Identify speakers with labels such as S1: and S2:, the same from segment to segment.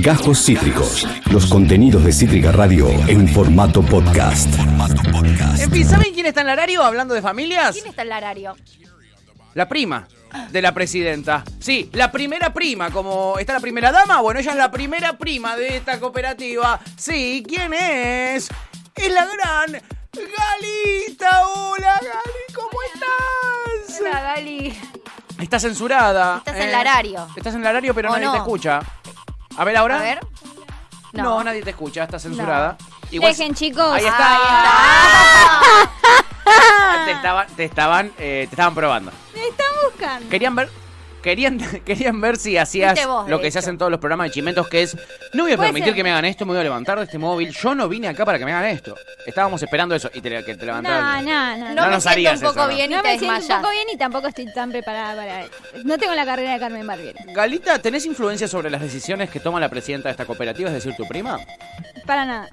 S1: Gajos Cítricos. Los contenidos de Cítrica Radio en formato podcast.
S2: Epi, ¿Saben quién está en el horario hablando de familias?
S3: ¿Quién está en el horario?
S2: La prima de la presidenta. Sí, la primera prima, como está la primera dama, bueno, ella es la primera prima de esta cooperativa. Sí, ¿quién es? Es la gran Galita. Hola, Gali, ¿cómo estás?
S3: La Gali.
S2: Está censurada. ¿eh?
S3: Estás en el horario.
S2: Estás en el horario, pero
S3: ¿O
S2: nadie te
S3: no?
S2: escucha. A ver ahora.
S3: A ver.
S2: No. nadie te escucha, está censurada.
S4: Dejen, chicos.
S2: Ahí está. Te estaban, te estaban, eh, te estaban probando.
S4: Me están buscando.
S2: Querían ver. Querían, querían ver si hacías
S3: Fuiste vos, de
S2: lo que se
S3: hecho.
S2: hace en todos los programas de Chimentos, que es, no voy a
S4: Puede
S2: permitir
S4: ser.
S2: que me hagan esto, me voy a levantar de este móvil. Yo no vine acá para que me hagan esto. Estábamos esperando eso y te, que te
S4: No,
S2: levantaron.
S4: no,
S2: No
S4: no.
S3: No,
S4: No,
S3: me
S2: nos
S3: siento
S2: harías
S3: un poco
S2: eso, ¿no?
S3: bien y te
S4: me siento un
S3: desmayas.
S4: poco bien y tampoco estoy tan preparada para. No tengo la carrera de Carmen Barbieri.
S2: Galita, ¿tenés influencia sobre las decisiones que toma la presidenta de esta cooperativa, es decir, tu prima?
S4: Para nada.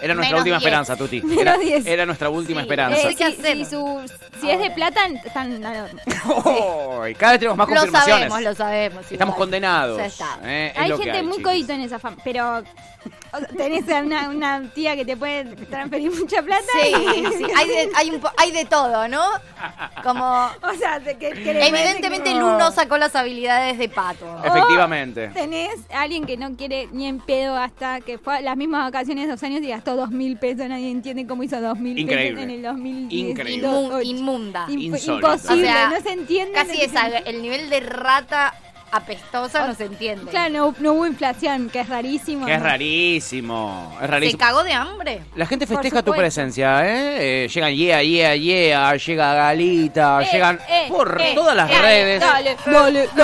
S2: Era nuestra
S3: Menos
S2: última
S3: 10.
S2: esperanza, Tuti. Era,
S4: Menos 10.
S2: era nuestra última
S3: Sí.
S2: esperanza.
S3: Eh,
S4: si,
S3: ¿Qué hacer?
S4: si su- si es de
S3: Ahora.
S4: plata, están. no, no.
S2: Oh, y cada vez tenemos más
S3: Lo
S2: confirmaciones.
S3: sabemos, lo sabemos.
S2: Estamos
S3: igual.
S2: condenados.
S3: Ya está.
S2: Eh, es
S4: Hay
S2: lo que
S4: gente
S2: hay,
S4: muy
S2: chicos.
S4: coito en esa fama, pero. o sea, tenés a una, una tía que te puede transferir mucha plata.
S3: Sí,
S4: y-
S3: sí, hay de, hay un po- hay de todo, ¿no? Como
S4: O sea, te- que, que le
S3: evidentemente
S4: parece
S3: Lu
S4: como-
S3: no sacó las habilidades de Pato. Oh,
S2: Efectivamente.
S4: Tenés a alguien que no quiere ni en pedo hasta que fue a las mismas vacaciones de dos años y gastó dos mil pesos. Nadie entiende cómo hizo dos mil
S2: Increíble.
S4: pesos en el 2010.
S2: Increíble.
S3: Inmun- inmunda.
S2: Insólito.
S4: Imposible,
S3: O sea,
S4: no se entiende.
S3: Casi
S4: no se
S3: esa-
S4: entiende.
S3: el nivel de rata apestosa no se entiende.
S4: Claro, no, no hubo inflación, que es rarísimo.
S2: Que es
S4: ¿no?
S2: rarísimo. Es
S3: ¿Se
S2: rarísimo.
S3: cagó de hambre?
S2: La gente
S4: Por
S2: festeja tu
S4: supuesto.
S2: presencia, ¿eh? Eh, llegan yeah, yeah, yeah, llega Galita,
S4: Eh,
S2: llegan
S4: eh,
S2: por
S4: eh,
S2: todas las
S4: dale,
S2: redes,
S4: dale, dale,
S2: por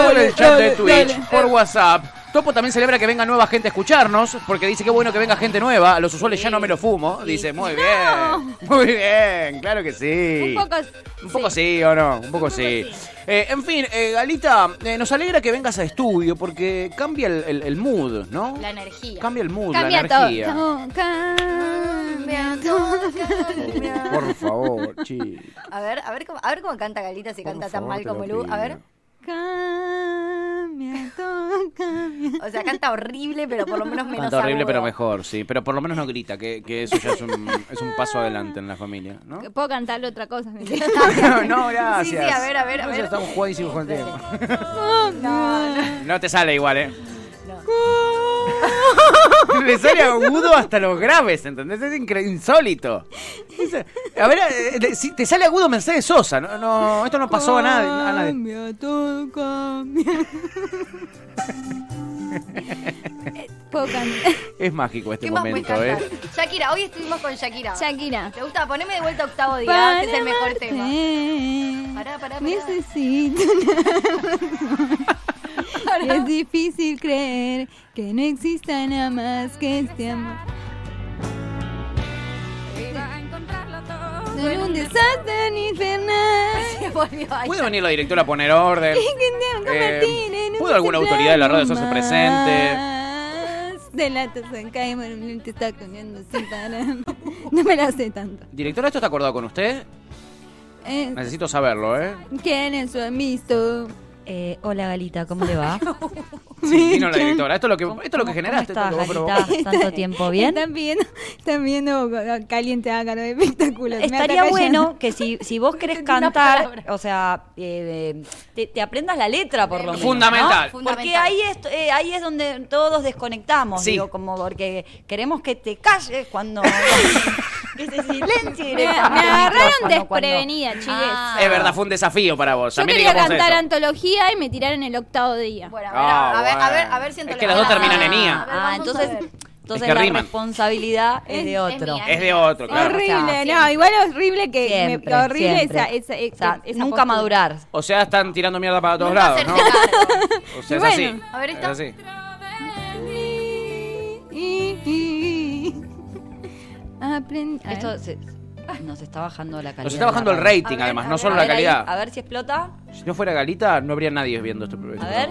S4: dale,
S2: el chat
S4: dale,
S2: de Twitch,
S4: dale.
S2: por WhatsApp. Topo también celebra que venga nueva gente a escucharnos, porque dice que bueno que venga gente nueva, a los usuales ya no me lo fumo. Dice, muy bien, muy bien, claro que sí.
S4: Un poco.
S2: Un poco sí, o no, un poco sí. Eh, en fin, eh, Galita, eh, nos alegra que vengas a estudio porque cambia el, el- el mood, ¿no?
S3: La energía.
S2: Cambia el mood,
S4: Cambia
S2: la
S4: todo.
S2: energía.
S4: No, cambia todo.
S2: Oh, por favor, chico.
S3: A ver, a ver cómo, a ver cómo canta Galita si
S2: Por
S3: canta tan
S2: favor,
S3: mal
S2: te
S3: como
S2: lo
S3: Lu. A ver.
S4: Cambia todo, cambia.
S3: O sea, canta horrible, pero por lo menos menos.
S2: Canta horrible,
S3: agudo.
S2: pero mejor, sí. Pero por lo menos no grita, que, que eso ya es un, es un paso adelante en la familia, ¿no?
S4: Puedo cantarle otra cosa. ¿me entiendes?
S2: no, gracias.
S3: Sí, sí, a ver, a ver, a
S2: Nosotros
S3: ver.
S2: Estamos jugadísimos con el tema.
S3: No, no.
S2: No te sale igual, ¿eh? Le sale agudo hasta los graves, ¿entendés? Es incre- insólito. A ver, eh, de- si te sale agudo Mercedes Sosa. No, no, esto no pasó a nadie. A nadie.
S4: Cambia todo, cambia. Eh, Puedo cantar.
S2: Es mágico este
S3: ¿Qué más puedes
S2: momento, ¿eh?
S3: cantar? Shakira, hoy estuvimos con Shakira.
S4: Shakira.
S3: ¿Te gusta? Poneme de vuelta octavo día, que es el mejor
S4: amarte,
S3: tema. Pará, pará, pará.
S4: Necesito. una- es difícil creer que no exista nada más que este amor. Soy un desastre infernal.
S3: Se volvió a
S2: ¿Puede venir la directora a poner orden?
S4: que tengo que
S2: Eh,
S4: convertir en un
S2: ¿pudo alguna autoridad de la radio hacerse presente?
S4: más. De la taza en caima, te está comiendo sin parar. No me la sé tanto.
S2: Directora, ¿esto está acordado con usted?
S4: Eh,
S2: Necesito saberlo, ¿eh?
S4: ¿Quién es su amisto?
S5: Eh, hola Galita, ¿cómo le va? ¿Cómo
S2: Sí, vino la directora. Esto es lo que, esto es lo que generaste.
S5: estás,
S2: esto es lo que vos
S5: Galita? ¿Tanto tiempo bien?
S4: Están viendo, están viendo caliente ácaro de espectáculos. Me
S5: Estaría
S4: ataca
S5: bueno que si, si vos querés
S3: entendí una
S5: cantar,
S3: palabra.
S5: o sea, eh, eh, te, te aprendas la letra por lo menos. ¿no?
S2: Fundamental.
S5: Porque ahí es, eh, ahí es donde todos desconectamos,
S2: Sí.
S5: digo, como porque queremos que te calles cuando... que se silencie
S4: ya. Me, me
S5: directamente el
S4: agarraron
S5: micrófono cuando-
S4: desprevenida, chiques.
S3: Ah.
S2: Es verdad, fue un desafío para vos.
S4: Yo
S2: También
S4: quería
S2: digamos
S4: cantar
S2: eso.
S4: antología y me tiraron el octavo día.
S3: Bueno, a ver,
S2: Ah,
S3: a, ver, a ver, a
S2: bueno.
S3: ver si
S2: Es
S3: entonces-
S2: que las dos
S3: Ah,
S2: terminan en IA.
S3: a ver,
S5: Ah,
S3: vamos a
S5: entonces,
S3: ver.
S5: entonces
S2: Es que
S5: la
S2: riman.
S5: responsabilidad es, de
S3: Es- es
S5: otro.
S3: mía.
S2: Es de otro, claro.
S4: Horrible,
S3: O sea,
S4: no, igual horrible que
S5: Siempre,
S4: me- horrible
S5: siempre.
S4: esa, esa,
S5: O sea,
S4: esa
S5: nunca
S4: postura.
S5: madurar.
S2: O sea, están tirando mierda para todos
S3: Nunca
S2: lados, ¿no?
S3: hacerse cargo.
S2: O sea,
S4: Y
S2: es
S4: bueno,
S2: así.
S3: a ver,
S2: es
S3: esta.
S2: así.
S4: Aprendí.
S5: Esto se- nos está bajando la calidad.
S2: Nos
S5: de
S2: está
S5: la
S2: bajando el
S5: radio.
S2: rating,
S3: A ver,
S2: además,
S3: a
S2: no
S3: ver,
S2: solo
S5: a
S2: la
S5: ver ahí,
S2: calidad.
S5: a ver si explota.
S2: Si no fuera Galita, no habría nadie viendo este programa.
S5: A ver.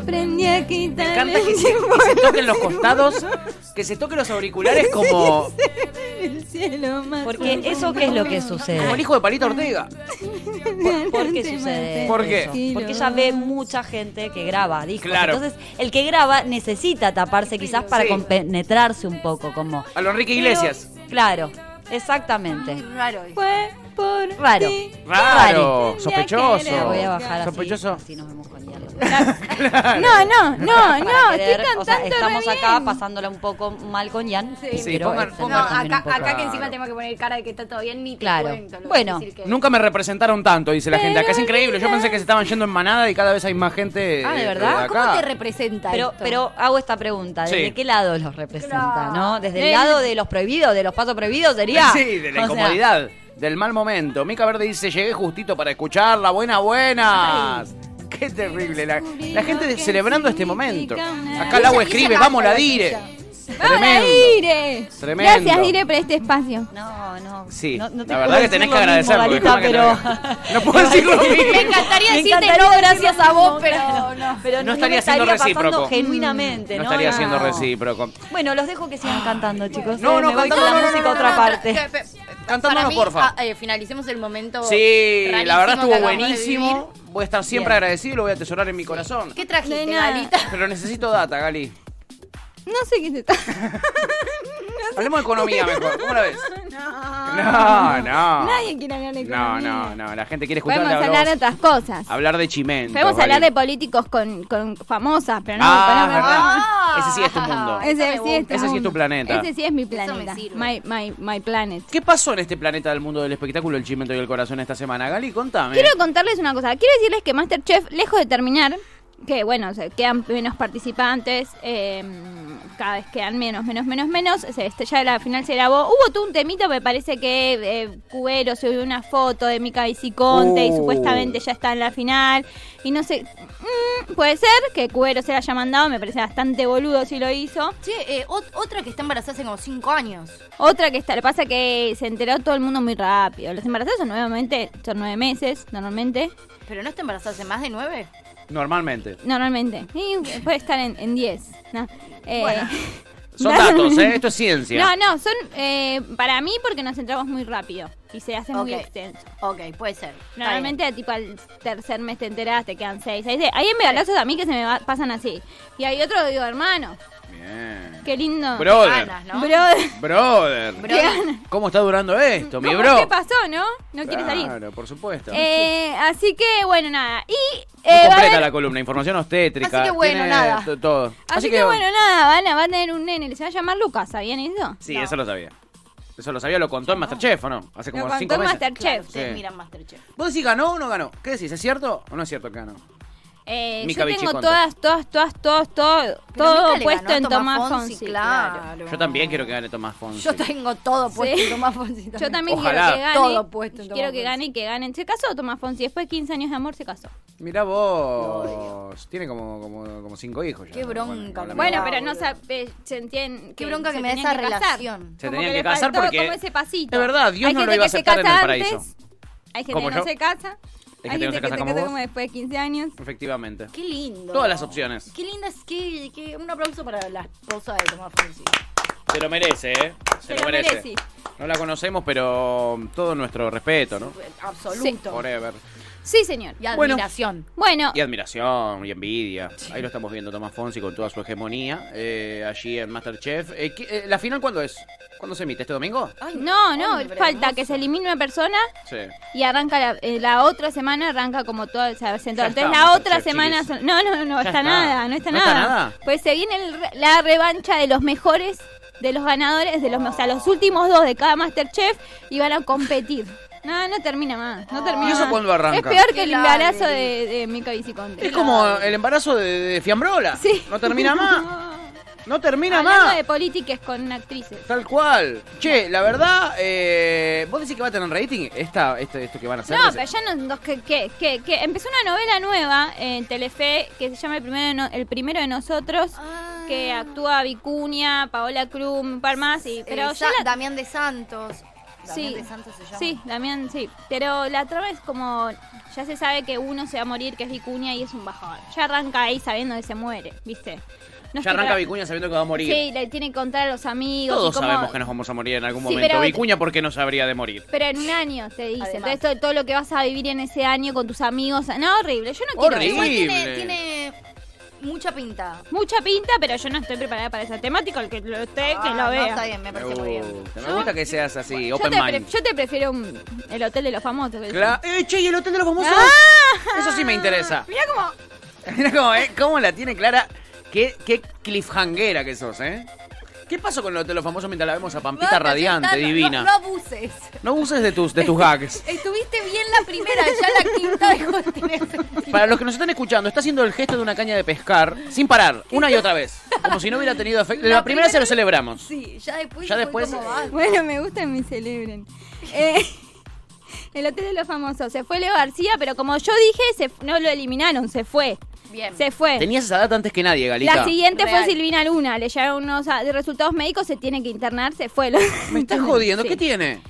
S4: Aprendí a quitar
S2: Canta que se, que se toquen los costados, que se toquen los auriculares como.
S4: el cielo más
S5: Porque eso qué es lo que sucede.
S2: Como el hijo de Palito Ortega.
S5: ¿Por, por qué sucede?
S2: ¿Por qué?
S5: eso? Porque ella ve mucha gente que graba discos.
S2: Claro.
S5: Entonces, el que graba necesita taparse quizás para
S2: Sí.
S5: compenetrarse un poco, como.
S2: A lo Enrique Iglesias.
S5: Pero, claro, exactamente.
S3: Raro.
S4: Fue por
S5: Raro.
S4: ti.
S2: Raro, sospechoso.
S5: La voy a bajar así.
S2: Sospechoso.
S5: así nos vemos con hielo.
S4: No, no, no, no,
S5: Para
S4: estoy
S5: querer-
S4: cantando
S5: o sea, estamos
S4: re
S5: acá
S4: bien.
S5: pasándola un poco mal con Jan.
S4: Sí.
S2: Sí,
S5: pero
S2: pongan-
S5: es
S2: pongan-
S6: No,
S5: entender también
S6: acá,
S5: un poco.
S6: acá que encima
S2: Claro.
S6: tengo que poner cara de que está todo bien, ni te
S5: Claro.
S6: cuento, lo
S5: Bueno.
S6: que decir que-
S2: Nunca me representaron tanto, dice la gente. Acá es increíble. Yo pensé que se estaban yendo en manada y cada vez hay más gente.
S5: Ah, ¿de
S2: eh,
S5: verdad?
S2: acá.
S3: ¿Cómo te representa
S5: Pero,
S3: esto?
S5: pero hago esta pregunta, ¿desde
S2: Sí.
S5: qué lado los representa?
S6: Claro.
S5: ¿no? ¿Desde el
S4: Eh.
S5: lado de los prohibidos, de los pasos prohibidos sería?
S2: Sí, de la
S5: O sea,
S2: incomodidad, del mal momento. Mica Verde dice, llegué justito para escucharla. Buena, buenas. Qué terrible. La, la gente
S4: que
S2: celebrando este momento.
S4: significa una-
S2: Acá Lau
S3: Ella-
S2: escribe,
S3: ella
S2: vamos la
S3: canta,
S2: dire.
S4: ¡Vamos,
S2: Tremendo.
S4: Dire!
S2: Tremendo.
S4: Gracias, Dire, por este espacio.
S5: No, no.
S2: Sí,
S5: no- no te
S2: la
S5: puedo
S2: verdad que
S5: decir
S2: tenés
S5: lo
S2: que agradecer.
S5: mismo,
S2: porque
S5: Vanita,
S2: déjame
S5: pero...
S2: que no- No puedo decir lo
S6: Me
S2: mismo.
S6: encantaría
S5: Me
S6: decirte
S5: encantaría
S6: no gracias a vos, pero no.
S5: pero
S2: No estaría siendo
S5: pasando Mm.
S2: recíproco.
S5: genuinamente,
S2: No
S5: ¿no?
S2: estaría siendo
S5: No.
S2: recíproco.
S5: Bueno, los dejo que sigan cantando, chicos.
S2: No,
S5: eh,
S2: no,
S5: me voy
S2: cantando,
S5: con la
S2: no, no,
S5: música
S2: no,
S5: a
S2: no,
S5: otra
S2: no,
S5: parte.
S6: pe- pe-
S2: Cantámonos,
S6: para mí,
S2: porfa.
S6: ah, eh, finalicemos el momento.
S2: Sí, la verdad
S6: rarísimo que
S2: estuvo
S6: acabamos de
S2: buenísimo. Voy a estar siempre agradecido y lo voy a atesorar en mi corazón.
S6: vivir. ¿Qué trajiste,
S4: De nada.
S6: Galita?
S2: Pero necesito data, Gali.
S4: No sé qué se está.
S2: Hablemos de economía mejor. ¿Cómo la ves? No, no.
S4: Nadie quiere hablar de
S2: No,
S4: economía.
S2: no, no. La gente quiere escuchar
S4: Podemos
S2: la
S4: hablar de
S2: voz.
S4: otras cosas.
S2: Hablar de chimento.
S4: Podemos
S2: Gali.
S4: hablar de políticos con, con famosas, pero no.
S2: Ah, es
S4: con-
S2: verdad.
S6: Ah.
S2: Ese sí es tu mundo.
S6: Ese
S4: Ese,
S6: me
S4: sí es
S6: gusta.
S2: Ese sí es tu
S4: mundo.
S2: planeta.
S4: Ese sí es mi
S6: me
S4: planeta.
S6: sirve.
S4: My, my, my planet.
S2: ¿Qué pasó en este planeta del mundo del espectáculo, el chimento y el corazón esta semana? Gali, contame.
S4: Quiero contarles una cosa. Quiero decirles que Masterchef, lejos de terminar, que bueno, se quedan menos participantes, eh, cada vez quedan menos, menos, menos, menos. Se, este, ya la final se grabó. Hubo todo un temito, me parece que eh, Cubero subió una foto de Mica Viciconte y
S2: Uh.
S4: supuestamente ya está en la final. Y no sé, mm, puede ser que Cubero se la haya mandado, me parece bastante boludo si lo hizo.
S6: Che, eh, ot- otra que está embarazada hace como 5 años.
S4: Otra que está, le pasa que se enteró todo el mundo muy rápido. Los embarazados son nuevamente, son nueve meses, normalmente.
S6: ¿Pero no está embarazada hace más de 9?
S2: Normalmente.
S4: Normalmente. Y puede estar en en 10. No. Eh,
S2: Son datos, ¿eh? Esto es ciencia.
S4: No, no, son eh, para mí porque nos centramos muy rápido y se hace muy
S6: Ok.
S4: extenso.
S6: Ok, puede ser. Está bien.
S4: Normalmente, tipo, al tercer mes te enteras, te quedan seis. seis, seis. Hay embarazos a mí que se me va- pasan así. Y hay otro, digo, hermano,
S2: Bien.
S4: qué lindo.
S2: Brother.
S6: Ganas, ¿no?
S4: Brother.
S2: Brother. ¿Cómo está durando esto, mi
S4: ¿Cómo?
S2: bro?
S4: ¿Qué pasó, no? No quiere salir.
S2: Claro, por supuesto.
S4: Eh, así que, bueno, nada. Y.
S2: Muy
S4: eh, va a
S2: completa
S4: haber-
S2: la columna, información obstétrica.
S6: Así que bueno,
S2: tiene
S6: nada.
S2: to- Todo.
S4: Así, que, bueno, nada, van a, va a tener un nene, se va a llamar Lucas, ¿sabían eso?
S2: Sí, eso lo sabía. Eso lo sabía, lo contó en Masterchef, ¿o no? Hace como
S4: Lo contó
S2: cinco
S4: en
S2: meses.
S6: Claro,
S4: Masterchef.
S6: ustedes
S2: Sí.
S6: miran Masterchef.
S2: ¿Vos decís ganó o no ganó? ¿Qué decís? ¿Es cierto o no es cierto que ganó?
S4: Eh,
S2: Mica
S4: yo tengo
S2: Viciconte.
S4: todas, todas, todas, todas, todo,
S6: Pero
S4: todo
S6: Mica le
S4: puesto
S6: ganó a
S4: en Tomás Fonsi.
S6: claro.
S2: Yo también quiero que gane Tomás Fonsi.
S6: Yo tengo todo puesto
S4: Sí.
S6: en Tomás Fonsi.
S4: Yo también
S2: Ojalá.
S4: quiero que gane.
S6: Todo puesto en Tomás
S4: quiero que
S6: Fonsi.
S4: gane y que gane. Se casó Tomás Fonsi, después de 15 años de amor se casó.
S2: Mirá vos. Tiene como, como, como cinco hijos ya.
S6: Qué bronca,
S2: con la
S4: Bueno,
S2: misma.
S4: pero no
S6: boludo.
S4: sa- eh, se entiende.
S6: Qué bronca que
S4: se
S6: me da
S4: tenían
S6: esa
S4: que casar.
S6: relación.
S2: Se
S4: Como
S2: tenían que
S4: le
S2: casar
S4: faltó
S2: porque-
S4: como ese pasito.
S2: Es verdad, Dios
S4: Hay
S2: no lo
S4: gente
S2: iba a
S4: que se
S2: aceptar en el
S4: casa
S2: paraíso.
S4: antes, Hay gente
S2: Como
S4: que no
S2: yo.
S4: se casa.
S2: Hay
S4: Hay
S2: gente que no
S4: gente
S2: se
S4: que
S2: casa
S4: se
S2: como
S4: casa
S2: vos.
S4: como después de 15 años.
S2: Efectivamente.
S6: Qué lindo.
S2: Todas las opciones.
S6: Qué linda es que, que- un aplauso para la esposa de Tomás Fonsi.
S2: Se lo merece, ¿eh? Se,
S4: Se
S2: lo
S4: lo
S2: merece.
S4: merece.
S2: No la conocemos, pero todo nuestro respeto, ¿no?
S6: Absoluto.
S2: Forever.
S4: Sí, señor.
S6: Y
S2: Bueno.
S6: admiración.
S4: Bueno,
S2: Y admiración y envidia. Ahí lo estamos viendo Tomás Fonsi con toda su hegemonía eh, allí en Masterchef. Eh, ¿qué- eh, ¿La final cuándo es? ¿Cuándo se emite? ¿Este domingo?
S6: Ay,
S4: no, no,
S6: hombre,
S4: falta
S6: hermoso.
S4: que se elimine una persona
S2: Sí.
S4: Y arranca la, eh, la otra semana, arranca como todo, se presentó.
S2: Ya
S4: Entonces
S2: está,
S4: la
S2: Masterchef,
S4: otra semana.
S2: chiquis.
S4: son- no, no, no, no
S2: Ya
S4: está,
S2: está.
S4: nada, no está
S2: ¿No está
S4: nada.
S2: nada?
S4: Pues se viene el re- la revancha de los mejores, de los ganadores, de los, o sea, los últimos dos de cada Masterchef y van a competir. No, no termina más, no termina
S2: ¿Y eso
S4: más.
S2: cuándo arranca?
S4: Es peor que el
S6: Qué
S4: embarazo
S6: ladri.
S4: de, de Mica Viciconte.
S2: Es como el embarazo de, de Fiambrola.
S4: Sí.
S2: No termina más. No termina
S4: Hablando
S2: más.
S4: de políticas con actrices.
S2: Tal cual. Che, la verdad, eh, ¿vos decís que va a tener rating? Esta, esto, esto que van a hacer.
S4: No, pero ya no, no, que, que, que, que empezó una novela nueva en Telefe que se llama El Primero de, No- el primero de Nosotros,
S6: Ah.
S4: que actúa Vicuña, Paola Krum, un par más, y, pero
S6: Eh,
S4: ya
S6: Sa-
S4: la-
S6: Damián de Santos. Damián
S4: Sí,
S6: de Santos se llama.
S4: sí, también sí. Pero la trama es como, ya se sabe que uno se va a morir, que es Vicuña, y es un bajón. Ya arranca ahí sabiendo que se muere, ¿viste? no
S2: Ya
S4: estoy
S2: arranca
S4: para-
S2: Vicuña sabiendo que va a morir.
S4: Sí, le tiene que contar a los amigos. y
S2: Todos
S4: cómo-
S2: sabemos que nos vamos a morir en algún
S4: Sí,
S2: momento.
S4: pero-
S2: Vicuña, ¿por qué no sabría de morir?
S4: Pero en un año te dice.
S6: Además.
S4: Entonces todo, todo lo que vas a vivir en ese año con tus amigos. No, horrible. Yo no
S2: Horrible.
S4: quiero.
S6: Igual tiene,
S2: Horrible.
S6: tiene mucha pinta.
S4: Mucha pinta, pero yo no estoy preparada para esa temática. El que lo esté, que
S6: Ah,
S4: lo
S6: No,
S4: vea.
S6: está bien, me parece muy bien.
S2: Uh, me gusta que seas así,
S4: yo,
S2: open
S4: te pre-
S2: mind.
S4: yo te prefiero un- el hotel de los famosos. que
S2: Cla- eh, che, ¿y el hotel de los famosos?
S4: ¡Ah!
S2: Eso sí me interesa.
S4: Mira cómo.
S2: Mira cómo, eh, cómo la tiene clara. Qué, qué cliffhangera que sos, ¿eh? ¿Qué pasó con el hotel de los famosos mientras la vemos a Pampita
S6: Basta,
S2: radiante,
S6: ya está, no-
S2: divina?
S6: No, no Este. abuses.
S2: No uses de tus, de tus gags.
S6: Estuviste bien la primera, ya la quinta dejó de tener sentido.
S2: Para los que nos están escuchando, está haciendo el gesto de una caña de pescar sin parar, una y otra vez. Como si no hubiera tenido efecto. La,
S6: La
S2: primera se lo
S6: primera-
S2: celebramos.
S6: Sí, ya después.
S2: Ya
S6: fue
S2: después,
S6: como,
S2: eh,
S6: ah,
S4: Bueno, me gusta que me celebren. Eh, el hotel de los famosos. Se fue Leo García, pero como yo dije, se- no lo eliminaron, se fue.
S6: Bien.
S4: Se fue.
S2: Tenías esa data antes que nadie, Galita.
S4: Eh. La siguiente
S6: Real.
S4: fue Silvina Luna. Le llegaron unos ah, resultados médicos, se tiene que internar, se fue.
S2: Me estás jodiendo. ¿Qué tiene?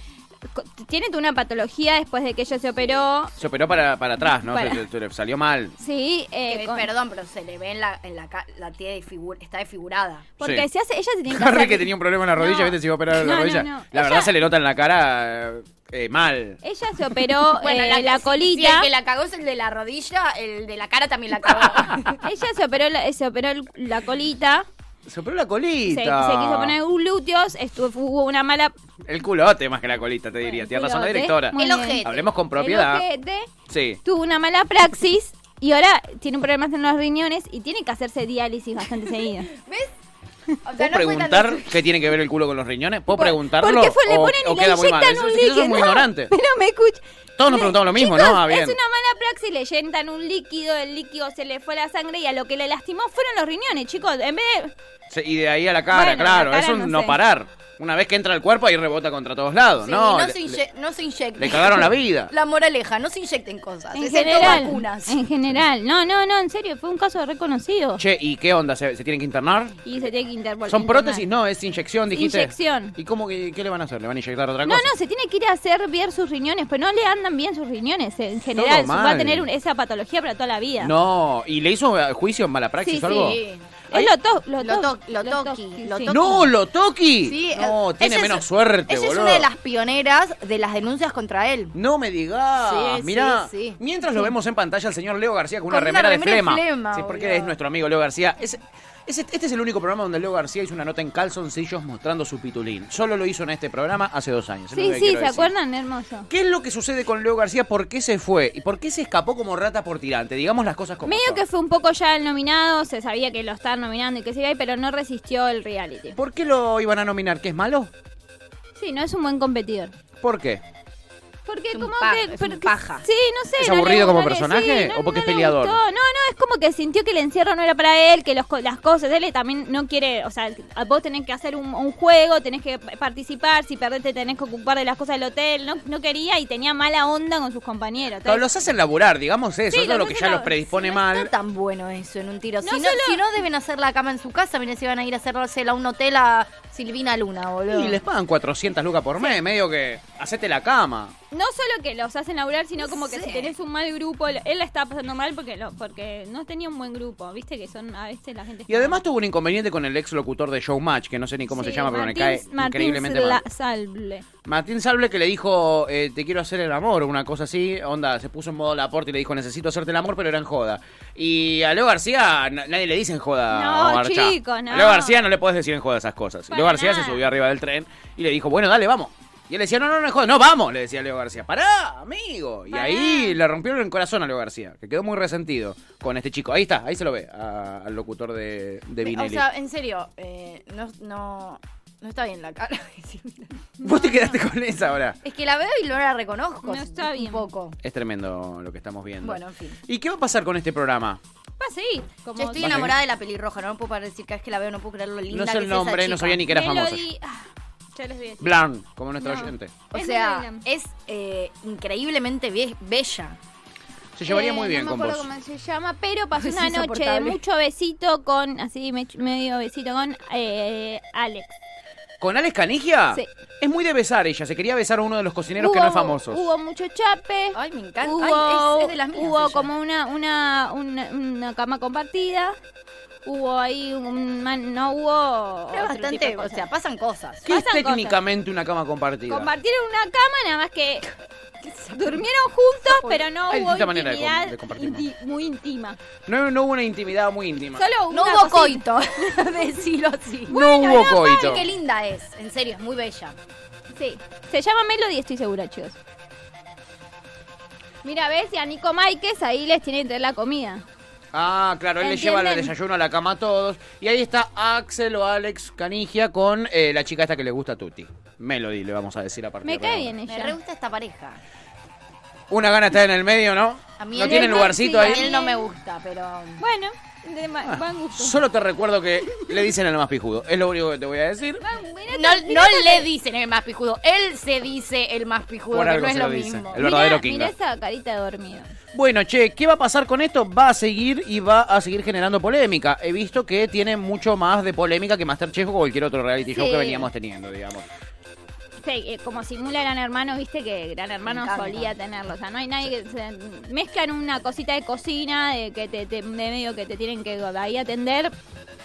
S4: tiene? Tiene una patología después de que ella se operó.
S2: Se operó para, para atrás, ¿no?
S4: Para.
S2: Se- se- se- salió mal.
S4: Sí, eh,
S6: que-
S4: con-
S6: Perdón, pero se le ve en la, en la, ca- la tía desfigur- está desfigurada.
S4: porque
S2: Sí.
S4: se hace, ella se tiene que
S2: Harry
S4: hacer-
S2: que tenía un problema en la rodilla,
S4: No.
S2: ¿viste? Se iba a operar
S4: No,
S2: la
S4: no,
S2: rodilla.
S4: no.
S2: La
S4: Ella-
S2: verdad se le nota en la cara eh, mal.
S4: Ella se operó eh, la, colita.
S6: Si el que la cagó es el de la rodilla, el de la cara también la cagó.
S4: Ella se operó, la, se operó el- la colita,
S2: Se operó la
S4: se,
S2: colita.
S4: se quiso poner glúteos, estuvo, hubo una mala...
S2: El culote más que la colita, te diría.
S4: el
S2: Tienes razón la
S4: culote.
S2: directora.
S4: Muy
S6: El
S4: bien.
S6: ojete.
S2: Hablemos con propiedad.
S4: El ojete,
S2: Sí.
S4: tuvo una mala praxis y ahora tiene un problema en los riñones y tiene que hacerse diálisis bastante seguido.
S6: ¿Ves? O sea,
S2: ¿Puedo
S6: no fue
S2: preguntar
S6: tan-
S2: qué tiene que ver el culo con los riñones? ¿Puedo
S4: Por-
S2: preguntarlo?
S4: Porque fue, le
S2: o-
S4: ponen
S2: o
S4: y le
S2: queda muy mal?
S4: inyectan
S2: Eso-
S4: un
S2: eso es
S4: líquido.
S2: muy
S4: No,
S2: ignorante.
S4: Pero me escucha.
S2: Todos nos
S4: Le-
S2: preguntamos lo mismo,
S4: Chicos,
S2: ¿no? Ah, bien.
S4: Es una mala praxis, le inyectan un líquido, el líquido se le fue la sangre y a lo que le lastimó fueron los riñones, chicos. En vez de...
S2: Sí, y de ahí a la cara,
S4: Bueno,
S2: claro.
S4: la cara
S2: es un
S4: no
S2: no
S4: sé.
S2: parar. Una vez que entra al cuerpo, ahí rebota contra todos lados.
S6: Sí,
S2: no,
S6: no,
S2: le-
S6: se inye- no se inyecten.
S2: le cagaron la vida.
S6: La moraleja, no se inyecten cosas.
S4: En
S6: excepto
S4: general,
S6: vacunas.
S4: en general. No, no, no, en serio, fue un caso reconocido.
S2: Che, ¿y qué onda? ¿Se, se tienen que internar?
S4: Y se tiene que interponer.
S2: ¿Son prótesis? No, es inyección, dijiste.
S4: Inyección.
S2: ¿Y cómo que qué le van a hacer? ¿Le van a inyectar otra
S4: No,
S2: cosa?
S4: no, se tiene que ir a hacer bien sus riñones, pero no le andan bien sus riñones en general.
S2: Todo
S4: Va a
S2: mal.
S4: tener un- esa patología para toda la vida.
S2: No, ¿y le hizo eh, juicio en mala praxis
S4: Sí,
S2: o algo?
S6: sí.
S4: Es lo to- lo,
S6: Lo
S4: to-
S6: to- lo toqui, lo
S4: sí.
S6: toqui.
S2: ¡No, lo toqui!
S6: Sí,
S2: no,
S6: eh,
S2: tiene
S6: ella es-
S2: menos suerte,
S6: Ella
S2: boludo.
S6: es una de las pioneras de las denuncias contra él.
S2: No me digas.
S6: Sí,
S2: Mirá,
S6: sí, sí.
S2: mientras lo vemos en pantalla al señor Leo García con una
S6: Con una
S2: remera, de
S6: remera de
S2: flema.
S6: Flema,
S2: sí, porque
S6: boludo.
S2: es nuestro amigo Leo García. Es- es- este es el único programa donde Leo García hizo una nota en calzoncillos mostrando su pitulín. Solo lo hizo en este programa hace dos años. es lo
S4: Sí,
S2: que
S4: sí,
S2: quiero
S4: ¿se
S2: decir.
S4: acuerdan? Hermoso.
S2: ¿Qué es lo que sucede con Leo García? ¿Por qué se fue? ¿Y por qué se escapó como rata por tirante? Digamos las cosas como
S4: Medio
S2: son.
S4: que fue un poco ya el nominado, se sabía que lo estaban nominando y que se iba a ir, pero no resistió el reality.
S2: ¿Por qué lo iban a nominar? ¿Que es malo?
S4: Sí, no es un buen competidor.
S2: ¿por qué?
S4: Porque
S6: Es un
S4: como
S6: pa-
S4: que,
S6: es un
S4: pero que-
S6: paja.
S4: Sí, no sé.
S2: ¿Es
S4: no le
S2: aburrido
S4: gusta,
S2: como
S4: no le-
S2: personaje
S4: sí, no-
S2: o porque
S4: no
S2: es
S4: le
S2: peleador?
S4: gustó. No, no, es como que sintió que el encierro no era para él, que los co- las cosas, él también no quiere, o sea, vos tenés que hacer un, un juego, tenés que p- participar, si perdés te tenés que ocupar de las cosas del hotel, no, no quería y tenía mala onda con sus compañeros.
S2: No,
S4: Entonces,
S2: los hacen laburar, digamos eso. eso
S4: Sí,
S2: es lo
S4: los
S2: que ya
S4: hacen
S2: los
S4: laburar.
S2: predispone
S6: No
S2: mal.
S6: está tan bueno eso en un tiro.
S4: No
S6: si, no,
S4: solo-
S6: si no deben hacer la cama en su casa, miren, se van a ir a cerrársela a un hotel a Silvina Luna, boludo.
S2: Y les pagan 400 lucas por mes, medio que hacete la cama.
S4: No solo que los hacen laburar, sino como que si tenés un mal grupo, él la estaba pasando mal porque no, porque no tenía un buen grupo. Viste que son a veces la gente.
S2: Y además tuvo un inconveniente con el ex locutor de Showmatch, que no sé ni cómo se
S4: Sí,
S2: llama, pero me cae
S4: Martín- Martín
S2: increíblemente
S4: Sla-
S2: mal.
S4: Salble.
S2: Martín Sable que le dijo, eh, te quiero hacer el amor, una cosa así, onda, se puso en modo Laporte y le dijo, necesito hacerte el amor, pero era en joda. Y a Leo García na- nadie le dice en joda.
S4: No,
S2: Marcha.
S4: chico, no.
S2: A Leo García no le puedes decir en joda esas cosas. Y
S4: Para
S2: Leo García
S4: nada.
S2: se subió arriba del tren y le dijo, bueno, dale, vamos. Y él decía, no, no, no, en joda, no, vamos, le decía Leo García, pará, amigo. Y
S4: Pará.
S2: ahí le rompieron el corazón a Leo García, que quedó muy resentido con este chico. Ahí está, ahí se lo ve, a- al locutor de, de
S6: O
S2: Vinelli.
S6: sea, en serio, eh, no, no, no está bien la cara. de Silvina.
S2: Vos te quedaste con esa ahora.
S6: es que la veo y no la reconozco.
S4: No
S6: un
S4: está bien.
S6: poco.
S2: Es tremendo lo que estamos viendo.
S6: Bueno, en fin.
S2: ¿Y qué va a pasar con este programa?
S4: Va a seguir. Como
S6: Yo estoy
S2: Vas a
S6: enamorada de la pelirroja, no puedo parar de decir cada vez que la veo, no puedo creer lo linda
S2: No sé
S6: que
S2: el
S6: es esa
S2: nombre, no
S6: chica.
S2: sabía ni que era famosa.
S4: Melody- ah, ya les voy a decir.
S2: Blan, como nuestro
S4: No.
S2: oyente.
S6: O
S4: Es
S6: sea,
S4: Maryland.
S6: es eh, increíblemente be- bella.
S2: Se llevaría muy
S4: Eh,
S2: bien
S4: no
S2: con
S4: me
S2: vos.
S4: acuerdo cómo se llama, pero pasó
S6: Es
S4: una noche de
S6: insoportable.
S4: mucho besito con, así me- medio besito con eh, Alex.
S2: ¿Con Alex Canigia?
S4: Sí.
S2: Es muy de besar ella. Se quería besar a uno de los cocineros que no es famoso.
S4: Hubo mucho chape.
S6: Ay, me encanta.
S4: Hubo,
S6: Ay, es- es de las mías
S4: hubo
S6: ella.
S4: como una, una, una, una cama compartida. hubo ahí un man- no hubo
S6: Era
S4: otro tipo de
S6: bastante, o
S4: cosas.
S6: sea, pasan cosas.
S2: ¿Qué es
S4: Pasan cosas.
S2: técnicamente una cama compartida?
S4: compartieron una cama nada más que durmieron juntos pero no
S2: Hay
S4: hubo
S2: distintas maneras de com-
S4: intimidad
S2: de compartir, ¿no?
S4: inti- muy íntima
S2: No, no hubo una intimidad muy íntima.
S4: solo
S6: No
S4: una
S6: hubo
S4: cosita.
S6: coito, decirlo así.
S2: no hubo coito.
S6: Qué linda es, en serio, es muy bella.
S4: Sí, se llama Melody, estoy segura, chicos. Mira, ves, y a Nico Maikes ahí les tiene que traer la comida.
S2: Ah, claro, él le lleva el
S4: ¿Entienden?
S2: desayuno a la cama a todos. Y ahí está Axel o Alex Canigia con eh, la chica esta que le gusta a Tuti. Melody, le vamos a decir a partir
S4: Me
S2: de
S4: cae
S2: ahora.
S4: bien
S6: Me re
S4: ella.
S6: gusta esta pareja.
S2: Una gana está en el medio, ¿no?
S6: A mí
S2: ¿No
S6: el-
S2: tiene
S4: el-
S2: lugarcito
S4: sí,
S6: A
S2: ahí?
S6: mí él no me gusta, pero.
S4: Bueno, de
S2: Ah.
S4: ma- buen gusto.
S2: Solo te recuerdo que le dicen el más pijudo. Es lo único que te voy a decir.
S4: Ah, mirá
S6: No,
S4: que-
S6: no
S4: mirá que-
S6: le dicen el más pijudo, él se dice el más pijudo,
S2: Por
S6: que
S2: algo
S6: no es
S2: se
S6: lo
S2: lo dice.
S6: mismo.
S2: El verdadero
S4: mirá-
S2: Kinga.
S4: Mirá esa carita de dormido.
S2: Bueno, che, ¿qué va a pasar con esto? Va a seguir y va a seguir generando polémica. He visto que tiene mucho más de polémica que Masterchef o cualquier otro reality show
S4: Sí.
S2: que veníamos teniendo, digamos.
S4: Sí, eh, como simula Gran Hermano, viste que Gran Hermano
S6: encanta.
S4: solía tenerlo. O sea, no hay nadie que se mezclan una cosita de cocina de que te, te- de medio que te tienen que ahí atender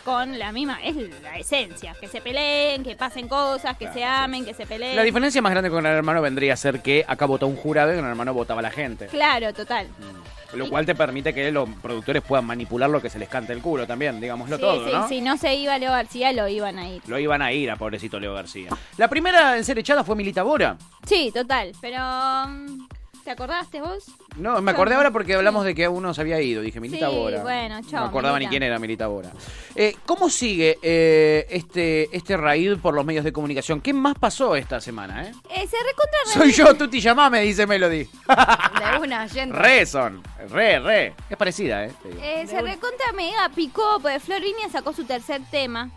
S4: con la misma, es la esencia, que se peleen, que pasen cosas, que se amen, que se peleen.
S2: La diferencia más grande con el hermano vendría a ser que acá votó un jurado y con el hermano votaba la gente.
S4: Claro, total.
S2: Lo cual te permite que los productores puedan manipular lo que se les cante el culo también, digámoslo
S4: sí,
S2: todo,
S4: sí,
S2: ¿no?
S4: si no se iba Leo García, lo iban a ir.
S2: Lo iban a ir a pobrecito Leo García. La primera en ser echada fue Milita Bora.
S4: Sí, total, pero... mm, ¿Te acordaste vos?
S2: No, me acordé ahora porque hablamos de que uno se había ido. Dije, Milita
S4: Sí,
S2: Bora.
S4: bueno, chao,
S2: No me acordaba
S4: Milita.
S2: ni quién era Milita Bora. Eh, ¿Cómo sigue eh, este, este raid por los medios de comunicación? ¿Qué más pasó esta semana, eh?
S4: Eh, se recontra
S2: Soy yo, Tuti Llamame, dice Melody.
S6: De una, yendo.
S2: Re son. Re, re. Es parecida, eh. te digo.
S4: Eh, se recontra mega picó, porque Florinia sacó su tercer tema.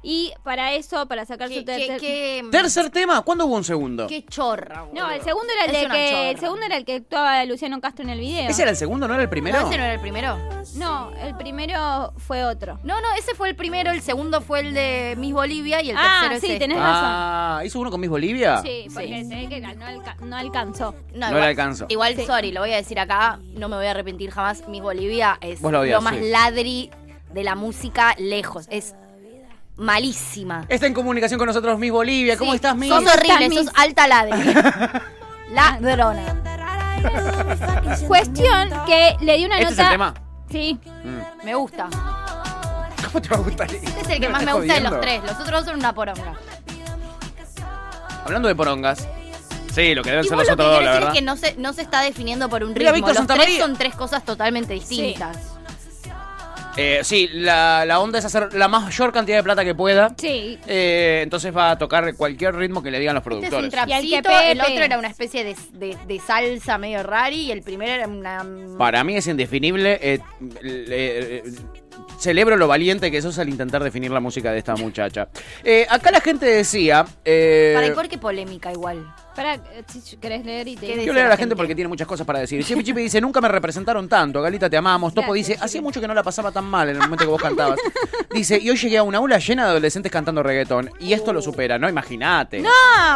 S4: Y para eso, para sacar
S6: Qué,
S4: su tercer...
S6: qué- qué-
S2: Tercer tema, ¿cuándo hubo un segundo?
S6: qué chorra, boludo.
S4: No, el segundo era el,
S6: Es
S4: de
S6: una
S4: que, el
S6: chorra.
S4: segundo era el que actuaba Luciano Castro en el video.
S2: ¿Ese era el segundo, no era el
S6: No,
S2: primero?
S6: ese no era el primero.
S4: No, el primero fue otro.
S6: No, no, ese fue el primero, el segundo fue el de Miss Bolivia y el
S4: Ah,
S6: tercero es
S4: sí,
S6: este.
S4: tenés-
S2: Ah, ¿hizo uno con Miss Bolivia?
S4: Sí, porque se ve que no, alca- no alcanzó.
S2: No
S6: igual-
S2: la alcanzó.
S6: Igual,
S4: Sí.
S6: sorry, lo voy a decir acá, no me voy a arrepentir jamás. Miss Bolivia es
S2: Vos la odias,
S6: lo más
S2: sí.
S6: ladri de la música lejos. Es malísima.
S2: Está en comunicación con nosotros Miss Bolivia. ¿Cómo
S6: Sí,
S2: estás, Miss?
S6: Sos horrible,
S4: Estás,
S6: sos alta ladri. Ladrona.
S4: Cuestión que le dio una
S2: Ah. ¿Este es
S4: nota...
S2: el tema?
S4: Sí,
S6: Me gusta.
S2: ¿Cómo te va a gustar?
S6: Este es el que más me gusta de los tres. Los otros dos son una poronga.
S2: Hablando de porongas. Sí, lo que deben
S6: Igual
S2: ser
S6: lo
S2: los
S6: que
S2: otros dos,
S6: quiero
S2: la
S6: decir es
S2: verdad.
S6: que no se, no se está definiendo por un
S2: Mira,
S6: ritmo.
S2: Víctor
S6: los tres
S2: Santamaría-
S6: son tres cosas totalmente distintas.
S2: Eh, sí, la, la onda es hacer la mayor cantidad de plata que pueda.
S4: sí.
S2: Eh, entonces va a tocar cualquier ritmo que le digan los
S6: Este es un
S2: productores.
S4: Y al que
S6: trapcito,
S4: pegue,
S6: el otro
S4: pegue.
S6: era una especie de, de- de salsa medio rari y el primero era una...
S2: Para mí es indefinible. eh, le- eh, celebro lo valiente que sos al intentar definir la música de esta muchacha. Eh, acá la gente decía. eh,
S6: Para el cor que polémica igual.
S4: Para, eh, si querés leer y te...
S6: ¿Qué
S2: Quiero
S6: dice
S2: leer a
S6: la
S2: la gente
S6: gente?
S2: porque tiene muchas cosas para decir. Chipi Chipi dice, nunca me representaron tanto. Galita, te amamos. Topo
S4: Gracias,
S2: dice, hacía mucho que no la pasaba tan mal en el momento que vos cantabas. Dice, y hoy llegué a una aula llena de adolescentes cantando reggaetón. Y esto lo supera, ¿no? Imagínate.
S4: No,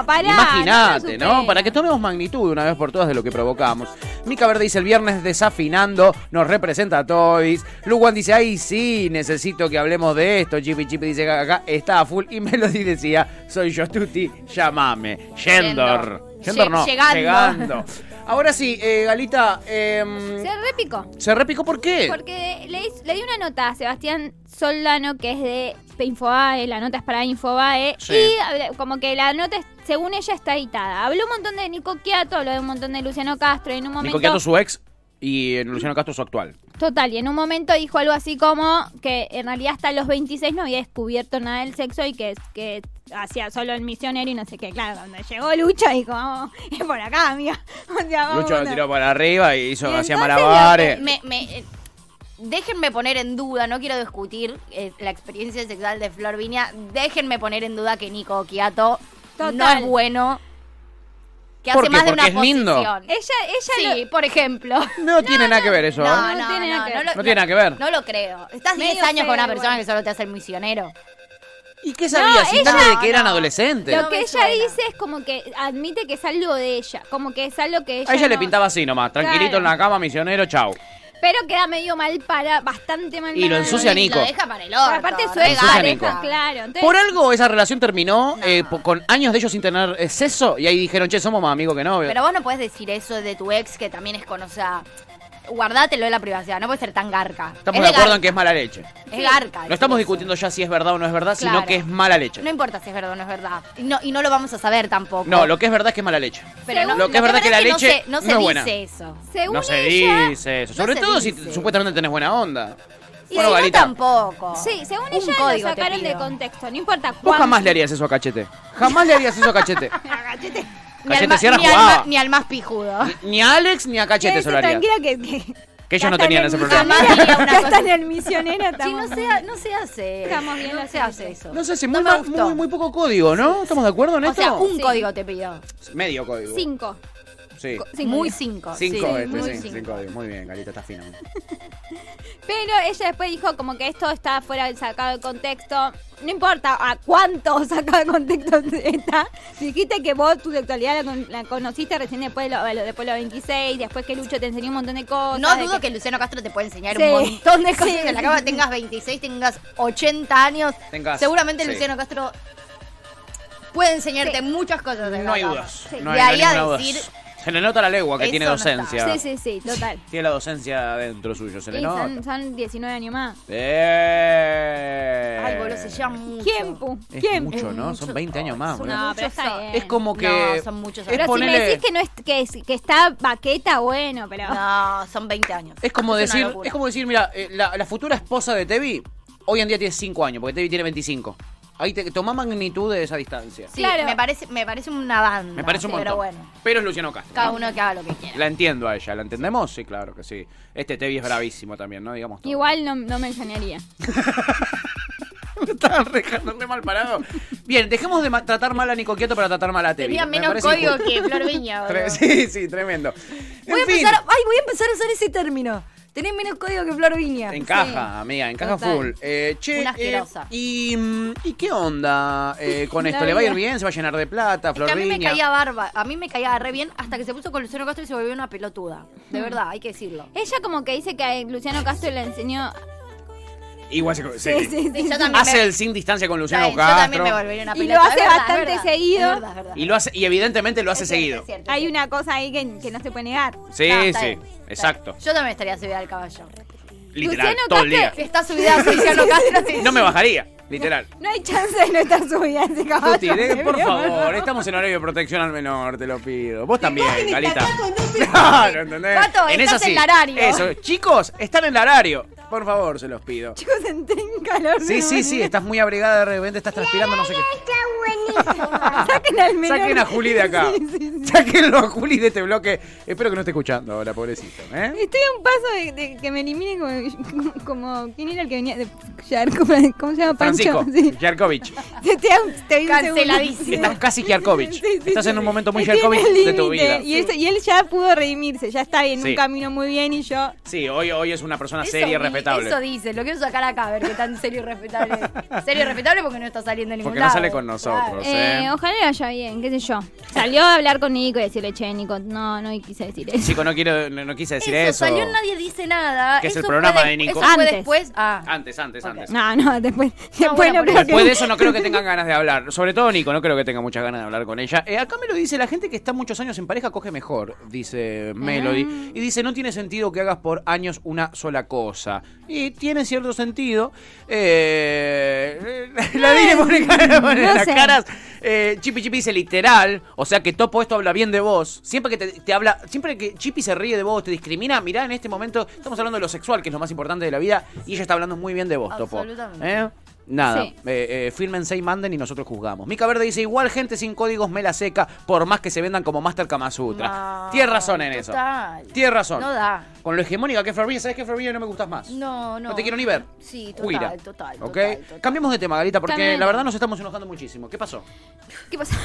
S4: pará.
S2: Imagínate,
S4: lo
S2: ¿no?
S4: supera.
S2: Para que tomemos magnitud una vez por todas de lo que provocamos. Mica Verde dice, el viernes desafinando, nos representa a Toys. Luwan dice, ay, sí, necesito que hablemos de esto. Chipi Chipi dice, acá está a full. Y Melody decía, soy yo, Tuti, llamame. Yendor.
S6: Yendor.
S2: Yendor no,
S6: Lle- llegando.
S2: llegando. Ahora sí, eh, Galita, em,
S4: Se repicó.
S2: ¿se repicó por qué?
S4: Porque le, hiz- le di una nota a Sebastián Soldano, que es de Infobae, la nota es para Infobae,
S2: Sí.
S4: y habla- como que la nota, es- según ella, está editada. Habló un montón de Nico Quiato, habló de un montón de Luciano Castro, y en un
S2: Nico
S4: momento...
S2: Quiato, su ex, y eh, Luciano Castro, su actual.
S4: Total, y en un momento dijo algo así como que en realidad hasta los 26 no había descubierto nada del sexo y que, que hacía solo el misionero y no sé qué. Claro, cuando llegó Lucha dijo, vamos, es por acá, amiga. O sea, vamos,
S2: Lucho lo
S4: no.
S2: tiró para arriba y hizo,
S4: Ah, Y
S2: hacía
S4: entonces lo que
S2: malabares.
S6: Me- me- eh, déjenme poner en duda, no quiero discutir eh, la experiencia sexual de Flor Viña. Déjenme poner en duda que Nico Quiato no
S4: Total.
S6: es bueno. Que
S2: ¿Por
S6: hace
S2: qué?
S6: más de
S2: ¿Porque
S6: una
S2: es lindo?
S6: posición.
S4: Ella, ella
S6: Sí,
S4: lo-
S6: por ejemplo.
S2: No, tiene nada que ver eso, ¿eh?
S6: No,
S4: no
S6: no,
S4: tiene nada
S6: no,
S4: que
S6: no
S4: ver.
S6: lo-
S2: No tiene nada que ver.
S6: No lo creo. Estás
S4: Medio
S6: 10 años con una
S4: feo,
S6: persona
S4: igual.
S6: que solo te hace el misionero.
S2: ¿Y qué sabía?
S4: No,
S2: Si
S4: ella-
S2: tarde de que eran
S6: no.
S2: adolescentes.
S4: Lo
S6: No
S4: que
S6: me
S4: ella
S6: suena.
S4: dice es como que admite que es algo de ella, como que es algo que ella.
S2: A ella le
S4: no-
S2: pintaba así nomás, tranquilito
S4: Claro.
S2: en la cama, misionero, chau.
S4: Pero queda medio mal para, bastante mal
S2: Y lo
S4: parado.
S2: ensucia Nico.
S6: Lo deja para el
S4: Pero
S6: orto.
S4: Aparte
S6: no
S4: su ex
S2: Lo ensucia
S6: regales.
S2: Nico.
S4: pareja, claro. Entonces,
S2: Por algo esa relación terminó eh, po- con años de ellos sin tener eh, sexo y ahí dijeron, che, somos más amigos que novios.
S6: Pero vos no puedes decir eso de tu ex que también es con, o sea, guardátelo de la privacidad, no puedes ser tan garca.
S2: Estamos
S6: Es
S2: de acuerdo
S6: gar-
S2: en que es mala leche.
S6: Es garca.
S2: No estamos
S6: decir eso.
S2: discutiendo ya si es verdad o no es verdad, sino
S6: Claro.
S2: que es mala leche.
S6: No importa si es verdad o no es verdad. Y no, y no lo vamos a saber tampoco.
S2: No, lo que es verdad es que es mala leche.
S6: Pero no-
S2: lo que es verdad es que la
S6: no
S2: leche
S6: se- no se,
S2: no es
S6: dice
S2: buena.
S6: eso.
S4: según
S2: no se
S4: ella,
S2: dice eso.
S6: no
S2: Sobre
S6: se
S2: todo si
S6: dice.
S2: supuestamente tenés buena onda.
S6: Y si no,
S2: Galita,
S6: tampoco.
S4: Sí, según
S6: Un
S4: ella
S6: código
S4: lo
S6: te
S4: sacaron de
S6: pido.
S4: contexto, no importa cuánto.
S2: vos jamás le harías eso a Cachete. Jamás le harías eso a Cachete.
S6: Ni al,
S2: Cachete
S6: ma-
S2: Sierra
S6: ni al
S2: jugaba.
S6: ma- ni al más pijudo.
S2: Ni a Alex ni a Cachete
S4: Quédese
S2: se lo harías.
S4: tranquila que, que,
S2: Que ellos no
S4: ya
S2: tenían
S4: están
S2: ese
S4: en
S2: problema.
S4: misionera,
S6: Jamás diría una
S4: Ya
S6: cosa.
S4: están en el misionero.
S6: Sí, no
S4: estamos-
S6: se, ha- no se hace.
S4: Estamos bien
S6: no
S4: las
S6: se hace
S4: señales.
S6: eso.
S2: No sé, si
S6: No
S2: muy,
S6: me
S2: ma-
S6: gustó.
S2: muy, muy poco código, ¿no? ¿Estamos de acuerdo en
S6: O
S2: esto?
S6: sea, un
S4: Sí.
S6: código te pido.
S2: Medio código.
S4: Cinco.
S2: Sí.
S4: Cinco.
S6: Muy cinco.
S2: Cinco,
S6: sí,
S2: este,
S6: muy
S2: sí,
S6: cinco.
S2: cinco códigos. Muy bien, Galita, estás fina.
S4: Pero ella después dijo como que esto está fuera del sacado de contexto. No importa a cuánto sacado de contexto está. Dijiste que vos tu sexualidad la, con- la conociste recién después de, lo, de lo- después de los 26, después que Lucho te enseñó un montón de cosas.
S6: No
S4: de
S6: dudo que Luciano Castro te puede enseñar
S4: Sí.
S6: un montón de cosas
S4: Sí.
S6: en la cama. Tengas 26, tengas 80 años.
S2: Tengas-
S6: Seguramente
S2: sí.
S6: Luciano Castro puede enseñarte muchas cosas. en
S2: No
S6: la
S2: hay
S6: cama.
S2: dudas.
S6: Sí.
S2: No hay,
S6: de ahí
S2: no hay
S6: a
S2: ninguna
S6: decir,
S2: duda. Se le nota la legua que
S6: Eso
S2: tiene
S6: no
S2: docencia.
S4: Sí, sí, sí, total.
S2: Tiene la docencia dentro suyo, se le
S4: Y
S2: nota.
S4: son, son 19 años más.
S2: Eh.
S6: ay, boludo, se llevan mucho.
S4: ¿Quién, pu?
S2: Es
S4: ¿Quién?
S2: mucho, ¿no? Son 20 años más, boludo.
S4: No, pero está bien.
S2: Es como que.
S6: No, son muchos
S2: es
S6: años.
S4: Pero si
S2: ponerle-
S4: me decís que no es que, es- que está baqueta, bueno, pero.
S6: No, son 20 años.
S2: Es como
S6: Es una
S2: decir,
S6: locura.
S2: es como decir, mira, eh, la, la futura esposa de Tevi hoy en día tiene 5 años, porque Tevi tiene 25. Ahí te toma magnitud de esa distancia.
S6: Sí,
S4: Claro.
S6: me parece, me parece una banda.
S2: Me parece un montón.
S6: Pero bueno,
S2: Pero es Luciano Castro.
S6: cada
S2: ¿no?
S6: uno que haga lo que quiera.
S2: La entiendo a ella, ¿la entendemos? Sí, claro que sí. Este Tevi es bravísimo también, ¿no? Digamos todo.
S4: Igual no, no me engañaría.
S2: Me Estaban dejándome mal parado. Bien, dejemos de ma- tratar mal a Nico Quieto para tratar mal a Tevi.
S6: Tenía
S2: Me
S6: menos
S2: parece
S6: código
S2: injusto.
S6: que Flor Viña,
S2: Tre-
S6: boludo.
S2: Sí, sí, tremendo. En
S5: Voy a,
S2: fin,
S5: empezar, ay, voy a empezar a usar ese término. Tenés menos código que Flor Viña.
S2: Encaja, amiga, encaja
S5: Total.
S2: full. Eh, che,
S6: Una
S2: eh,
S6: asquerosa.
S2: y, mm, ¿y qué onda eh, con
S4: La
S2: esto? ¿Le va a ir
S4: vida.
S2: bien? ¿Se va a llenar de plata?
S6: Es que a mí me
S2: Florviña?
S6: caía barba, a mí me caía re bien hasta que se puso con Luciano Castro y se volvió una pelotuda. De verdad, hay que decirlo.
S4: Ella como que dice que a Luciano Castro le enseñó.
S2: Igual se...
S4: Sí,
S2: sí.
S4: sí, sí.
S6: Sí, yo también
S2: Hace
S6: me-
S2: el sin distancia con
S6: está
S2: Luciano
S6: bien, yo
S2: Castro.
S6: también me volvería una
S4: Y lo
S6: pelota.
S4: hace
S6: Es verdad,
S4: bastante
S6: es verdad,
S4: seguido.
S6: es verdad, es verdad.
S2: y, lo hace, y evidentemente lo hace
S6: Es cierto,
S2: seguido.
S6: es cierto, es
S4: Hay
S6: cierto.
S4: una cosa ahí que, que no se puede negar.
S2: Sí,
S6: No,
S2: sí,
S6: está bien, está bien.
S2: exacto.
S6: Yo también estaría subida al caballo.
S2: Literal,
S4: Luciano
S2: todo el día.
S4: Castro-
S6: Está subida a Luciano Castro. sí.
S2: No me bajaría, literal.
S4: No hay chance de no estar subida ese caballo.
S2: Tuti, de- por favor, estamos en horario de protección al menor, te lo pido. Vos también, Galita. Claro, ¿entendés?
S6: Pato, estás en el horario.
S2: Eso, chicos, están en el horario. Por favor, se los pido.
S4: Chicos, entren calor.
S2: Sí, sí, sí, estás muy abrigada de repente, estás transpirando, no sé qué.
S4: Saquen al menor.
S2: Saquen a Juli de acá.
S4: Sí, sí, sí.
S2: Sáquenlo a Juli de este bloque. Espero que no esté escuchando ahora, pobrecito. ¿eh?
S4: Estoy a un paso de, de que me eliminen como, como, como- ¿Quién era el que venía? De, Yar- ¿cómo, cómo se llama?
S2: Francisco,
S4: Pancho. Sí.
S2: Yarkovich.
S4: Estoy a un- estoy a un
S6: Canceladísimo.
S4: segundo.
S2: Estás casi Yarkovich.
S4: Sí, sí, sí,
S2: Estás en
S4: sí.
S2: un momento muy
S4: Estoy en
S2: Yarkovich
S4: el
S2: de tu
S4: límite.
S2: vida.
S4: Y, eso- y él ya pudo redimirse, ya está bien,
S2: Sí.
S4: un camino muy bien y yo...
S2: Sí, hoy, hoy es una persona
S6: Eso
S2: seria y
S6: di-
S2: respetable.
S6: Eso dice, lo quiero sacar acá, a ver qué tan serio y respetable es. Serio y respetable porque no está saliendo en ningún
S2: Porque no
S6: lado.
S2: sale con nosotros.
S4: Eh,
S2: ¿eh?
S4: ojalá le vaya bien, qué sé yo. Salió a hablar con Nico y decirle, che, Nico, no, no quise decir eso.
S2: Chico, no, quiero, no, no quise decir
S6: Eso,
S2: eso.
S6: salió en Nadie Dice Nada.
S2: Que es el
S6: Eso
S2: programa
S6: fue
S2: de Nico.
S6: Eso fue
S4: Antes.
S6: después. Ah.
S2: Antes, antes, antes.
S4: No, no, después,
S6: No,
S4: después
S6: bueno,
S4: no
S6: por eso.
S4: creo que...
S2: Después de eso no creo que tengan ganas de hablar. Sobre todo Nico, no creo que tenga muchas ganas de hablar con ella. Eh, acá me lo dice la gente que está muchos años en pareja coge mejor, dice Melody.
S4: Ah.
S2: Y dice, no tiene sentido que hagas por años una sola cosa. Y tiene cierto sentido. Eh, la Dile pone, cara- pone
S4: no
S2: las
S4: sé.
S2: caras. Eh, Chipi Chipi dice literal. O sea que Topo esto habla bien de vos. Siempre que te, te habla, siempre que Chipi se ríe de vos, te discrimina, mirá, en este momento estamos hablando de lo sexual, que es lo más importante de la vida, y ella está hablando muy bien de vos, Topo.
S6: Absolutamente.
S2: ¿Eh? Nada,
S4: Sí.
S2: eh, eh, fírmense y manden y nosotros juzgamos. Mica Verde dice, igual gente sin códigos me la seca por más que se vendan como Master Kama Sutra.
S6: No,
S2: Tienes razón en eso.
S6: total.
S2: Tienes razón.
S6: No da.
S2: Con lo hegemónica que es Florvina, ¿sabes que Florvina no me gustas más?
S6: No, no.
S2: No te quiero ni ver.
S6: Sí, total,
S2: Juira.
S6: total,
S2: ¿Ok?
S6: total, total.
S2: Cambiemos de tema, Galita, porque
S4: Cambiemos de
S2: la
S4: tema.
S2: verdad nos estamos enojando muchísimo. ¿Qué pasó?
S4: ¿Qué pasa?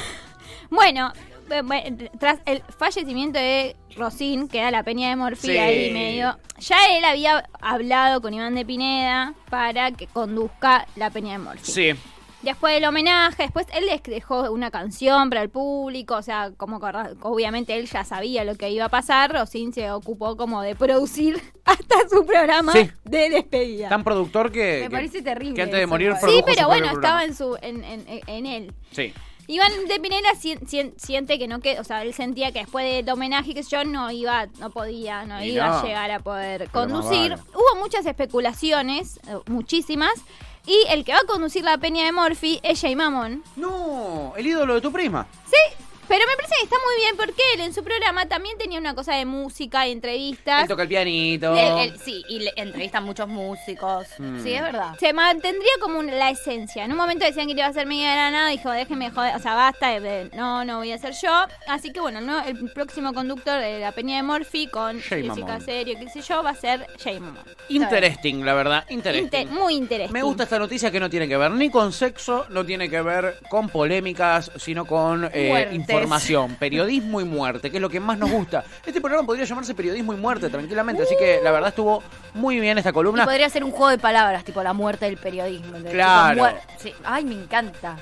S4: Bueno, eh, bueno, tras el fallecimiento de Rosín, que era la peña de Morfía
S2: Sí.
S4: ahí medio, ya él había hablado con Iván de Pineda para que conduzca la peña de Morfía. Después del homenaje, después él les dejó una canción para el público, o sea, como que ra- obviamente él ya sabía lo que iba a pasar, Rosin se ocupó como de producir hasta su programa
S2: Sí.
S4: de despedida.
S2: Tan productor que.
S4: Me
S2: que-
S4: parece terrible
S2: Que antes de
S4: eso,
S2: morir
S4: igual. Sí,
S2: produjo su
S4: pero
S2: propio
S4: bueno,
S2: programa.
S4: estaba en su en, en, en él.
S2: Sí.
S4: Iván de Pinela sien- sien- siente que no que, o sea, él sentía que después del homenaje que yo no iba, no podía, no
S2: Y
S4: iba
S2: no.
S4: a llegar a poder
S2: Pero más
S4: conducir.
S2: vale.
S4: Hubo muchas especulaciones, eh, muchísimas, y el que va a conducir la peña de Morphy es Jay Mamón.
S2: No, el ídolo de tu prima.
S4: Sí, pero me parece que está muy bien porque él en su programa también tenía una cosa de música y entrevistas.
S2: Él toca el pianito.
S6: Él- él- sí, y le entrevistan muchos músicos.
S2: Hmm.
S6: Sí, es verdad.
S4: Se mantendría como un- la esencia. En un momento decían que le iba a hacer media granada, dijo, déjenme joder, o sea, basta, de- de- no, no voy a hacer yo. Así que bueno, no, el próximo conductor de la Peña de Morphy con
S2: Jay
S4: música
S2: Mamón.
S4: serio, qué sé yo, va a ser Jay Mamón.
S2: Interesting, la verdad. Interesting.
S4: Inter- muy interesante.
S2: Me gusta esta noticia que no tiene que ver ni con sexo, no tiene que ver con polémicas, sino con eh,
S6: Muertes.
S2: información, periodismo y muerte, que es lo que más nos gusta. Este programa podría llamarse Periodismo y Muerte tranquilamente, así que la verdad estuvo muy bien esta
S6: Y
S2: columna.
S6: podría ser un juego de palabras, tipo la muerte del periodismo. ¿entendés?
S2: Claro.
S6: Tipo, muer- sí. Ay, me encanta.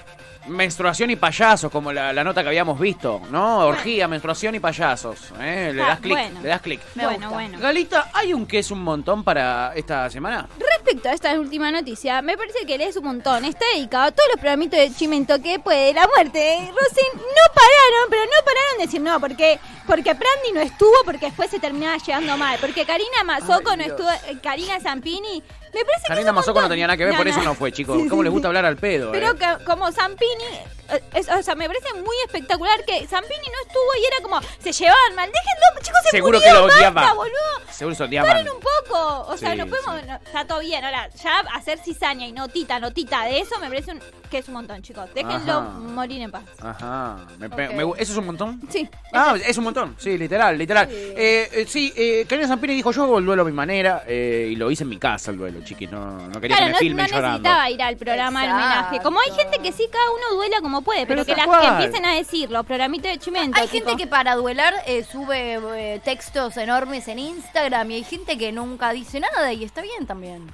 S2: Menstruación y payasos, como la, la nota que habíamos visto, ¿no? Orgía, menstruación y payasos. ¿eh? Le
S4: Ah,
S2: das clic,
S4: bueno.
S2: le das clic.
S6: Me
S4: bueno,
S6: gusta.
S4: bueno.
S2: Galita, ¿hay un que es un montón para esta semana?
S4: Respecto a esta última noticia, me parece que lees un montón. Está dedicado a todos los programitos de Chimento que puede de la muerte. Y Rosin no pararon, pero no pararon de decir no, porque porque Prandi no estuvo, porque después se terminaba llegando mal. Porque Karina Mazoco no estuvo, eh, Karina Zampini. Me parece que. es
S2: Karina
S4: un
S2: Mazoco no
S4: montón.
S2: tenía nada que ver, por eso no fue, chicos.
S4: Sí,
S2: ¿Cómo
S4: sí,
S2: les gusta
S4: sí.
S2: hablar al pedo? eh?
S4: Pero que- como Zampini, eh, es- o sea, me parece muy espectacular que Zampini no estuvo y era como, se llevaban mal, déjenlo, chicos, se
S2: Seguro
S4: murió,
S2: que lo
S4: basta,
S2: odiaba.
S4: boludo.
S2: Seguro se odiaban.
S4: Paren un poco, o sea,
S2: Sí,
S4: no podemos,
S2: sí.
S4: no- está todo bien, ahora, ya hacer cizaña y notita, notita de eso me parece un- que es un montón, chicos, déjenlo
S2: Ajá.
S4: morir en paz.
S2: Ajá. Me pe-
S6: Ok.
S2: me gu- ¿Eso es un montón?
S4: Sí.
S2: Ah, es un montón. Sí, literal, literal. Eh, eh, sí, eh, Karina Zampini dijo, yo hago el duelo a mi manera eh, y lo hice en mi casa el duelo, chiquis. No, no quería
S4: Claro,
S2: que
S4: no,
S2: me filmen
S4: no
S2: llorando.
S4: necesitaba ir al programa del
S6: Exacto.
S4: homenaje. Como hay gente que sí, cada uno duela como puede, pero,
S2: Pero
S4: que
S2: tal
S4: las que
S2: cual.
S4: empiecen a decir los programitas de Chimento.
S6: Hay
S4: tipo,
S6: gente que para duelar eh, sube eh, textos enormes en Instagram y hay gente que nunca dice nada y está bien también.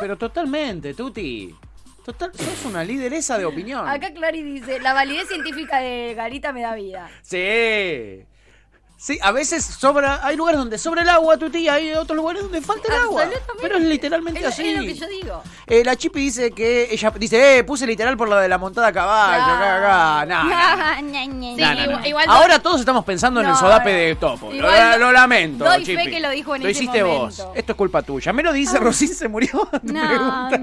S2: Pero totalmente, Tuti. Total, sos una lideresa de opinión.
S6: Acá Clary dice, la validez científica de Garita me da vida.
S2: Sí. Sí, a veces sobra, hay lugares donde sobra el agua, Tuti, hay otros lugares donde falta el agua.
S6: Absolutamente.
S2: Pero es literalmente
S6: Es,
S2: así.
S6: es lo que yo digo.
S2: Eh, la Chipi dice que ella dice, eh, puse literal por la de la montada a caballo.
S6: No.
S2: acá, acá". No, no, no.
S4: Ña, Ña, Ña,
S6: Sí,
S2: No,
S4: Ña.
S2: no, no.
S6: igual-
S2: Ahora todos estamos pensando en el
S6: No,
S2: sodape
S6: no.
S2: de topo. Lo,
S6: Igual
S2: lo
S6: no-
S2: lamento.
S6: doy fe
S2: Chipi.
S6: que lo dijo en
S2: Lo
S6: ese
S2: hiciste vos.
S6: momento. Ah.
S2: Esto es culpa tuya. Me lo dice, Rosín se murió. Te
S4: No,
S2: pregunta.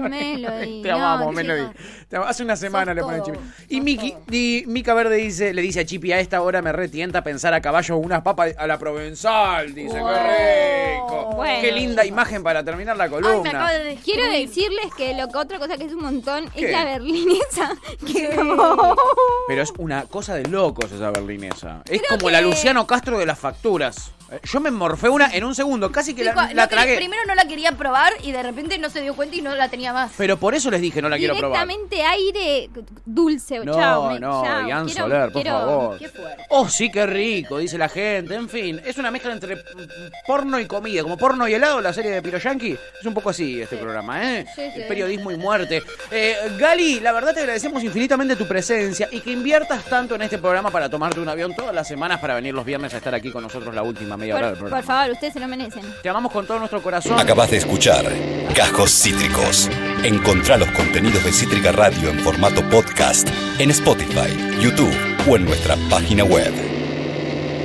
S4: Melody,
S2: Te
S4: no,
S2: amamos,
S4: qué
S2: Melody.
S4: chico.
S2: Te am- Hace una semana
S6: Sos
S2: le pone
S6: todo,
S2: Chipi. Y
S6: sos
S2: Miki,
S6: todo.
S2: y Mica Verde dice, le dice a Chipi, a esta hora me retienta pensar a caballo unas papas a la provenzal. Dice, qué rico.
S4: Bueno,
S2: qué linda imagen para terminar la columna.
S6: Ay, me acaba de destruir.
S4: Quiero decirles que lo que otra cosa que es un montón
S2: ¿Qué?
S4: es la berlinesa. Que como...
S2: Pero es una cosa de locos esa berlinesa. Es
S4: Creo
S2: como la
S4: que-
S2: Luciano Castro de las facturas. Eh, Yo me morfé una en un segundo, casi que
S6: Chico,
S2: la,
S6: no
S2: la
S6: quería-
S2: tragué.
S6: Primero no la quería probar y de repente no se dio cuenta y no la tenía más.
S2: Pero por eso les dije, no la quiero probar.
S4: Directamente aire dulce.
S2: No,
S4: chao, me-
S2: no,
S4: chao.
S2: Ian
S4: Quiero-
S2: Soler, por
S4: quiero-
S2: favor.
S6: Qué fuerte.
S2: Oh, sí, qué rico, dice la gente. En fin, es una mezcla entre mm, porno y comida. Como porno y helado, la serie de Piro Yankee. Es un poco así este programa, ¿eh?
S4: Sí, sí.
S2: El periodismo y muerte. Eh, Gali, la verdad te agradecemos infinitamente tu presencia y que inviertas tanto en este programa para tomarte un avión todas las semanas para venir los viernes a estar aquí con nosotros la última media hora del
S4: Por,
S2: programa.
S4: por favor, ustedes se lo merecen.
S2: Te amamos con todo nuestro corazón.
S1: Acabas de escuchar Cajos Cítricos. Encontrá los contenidos de Cítrica Radio en formato podcast en Spotify, YouTube o en nuestra página web.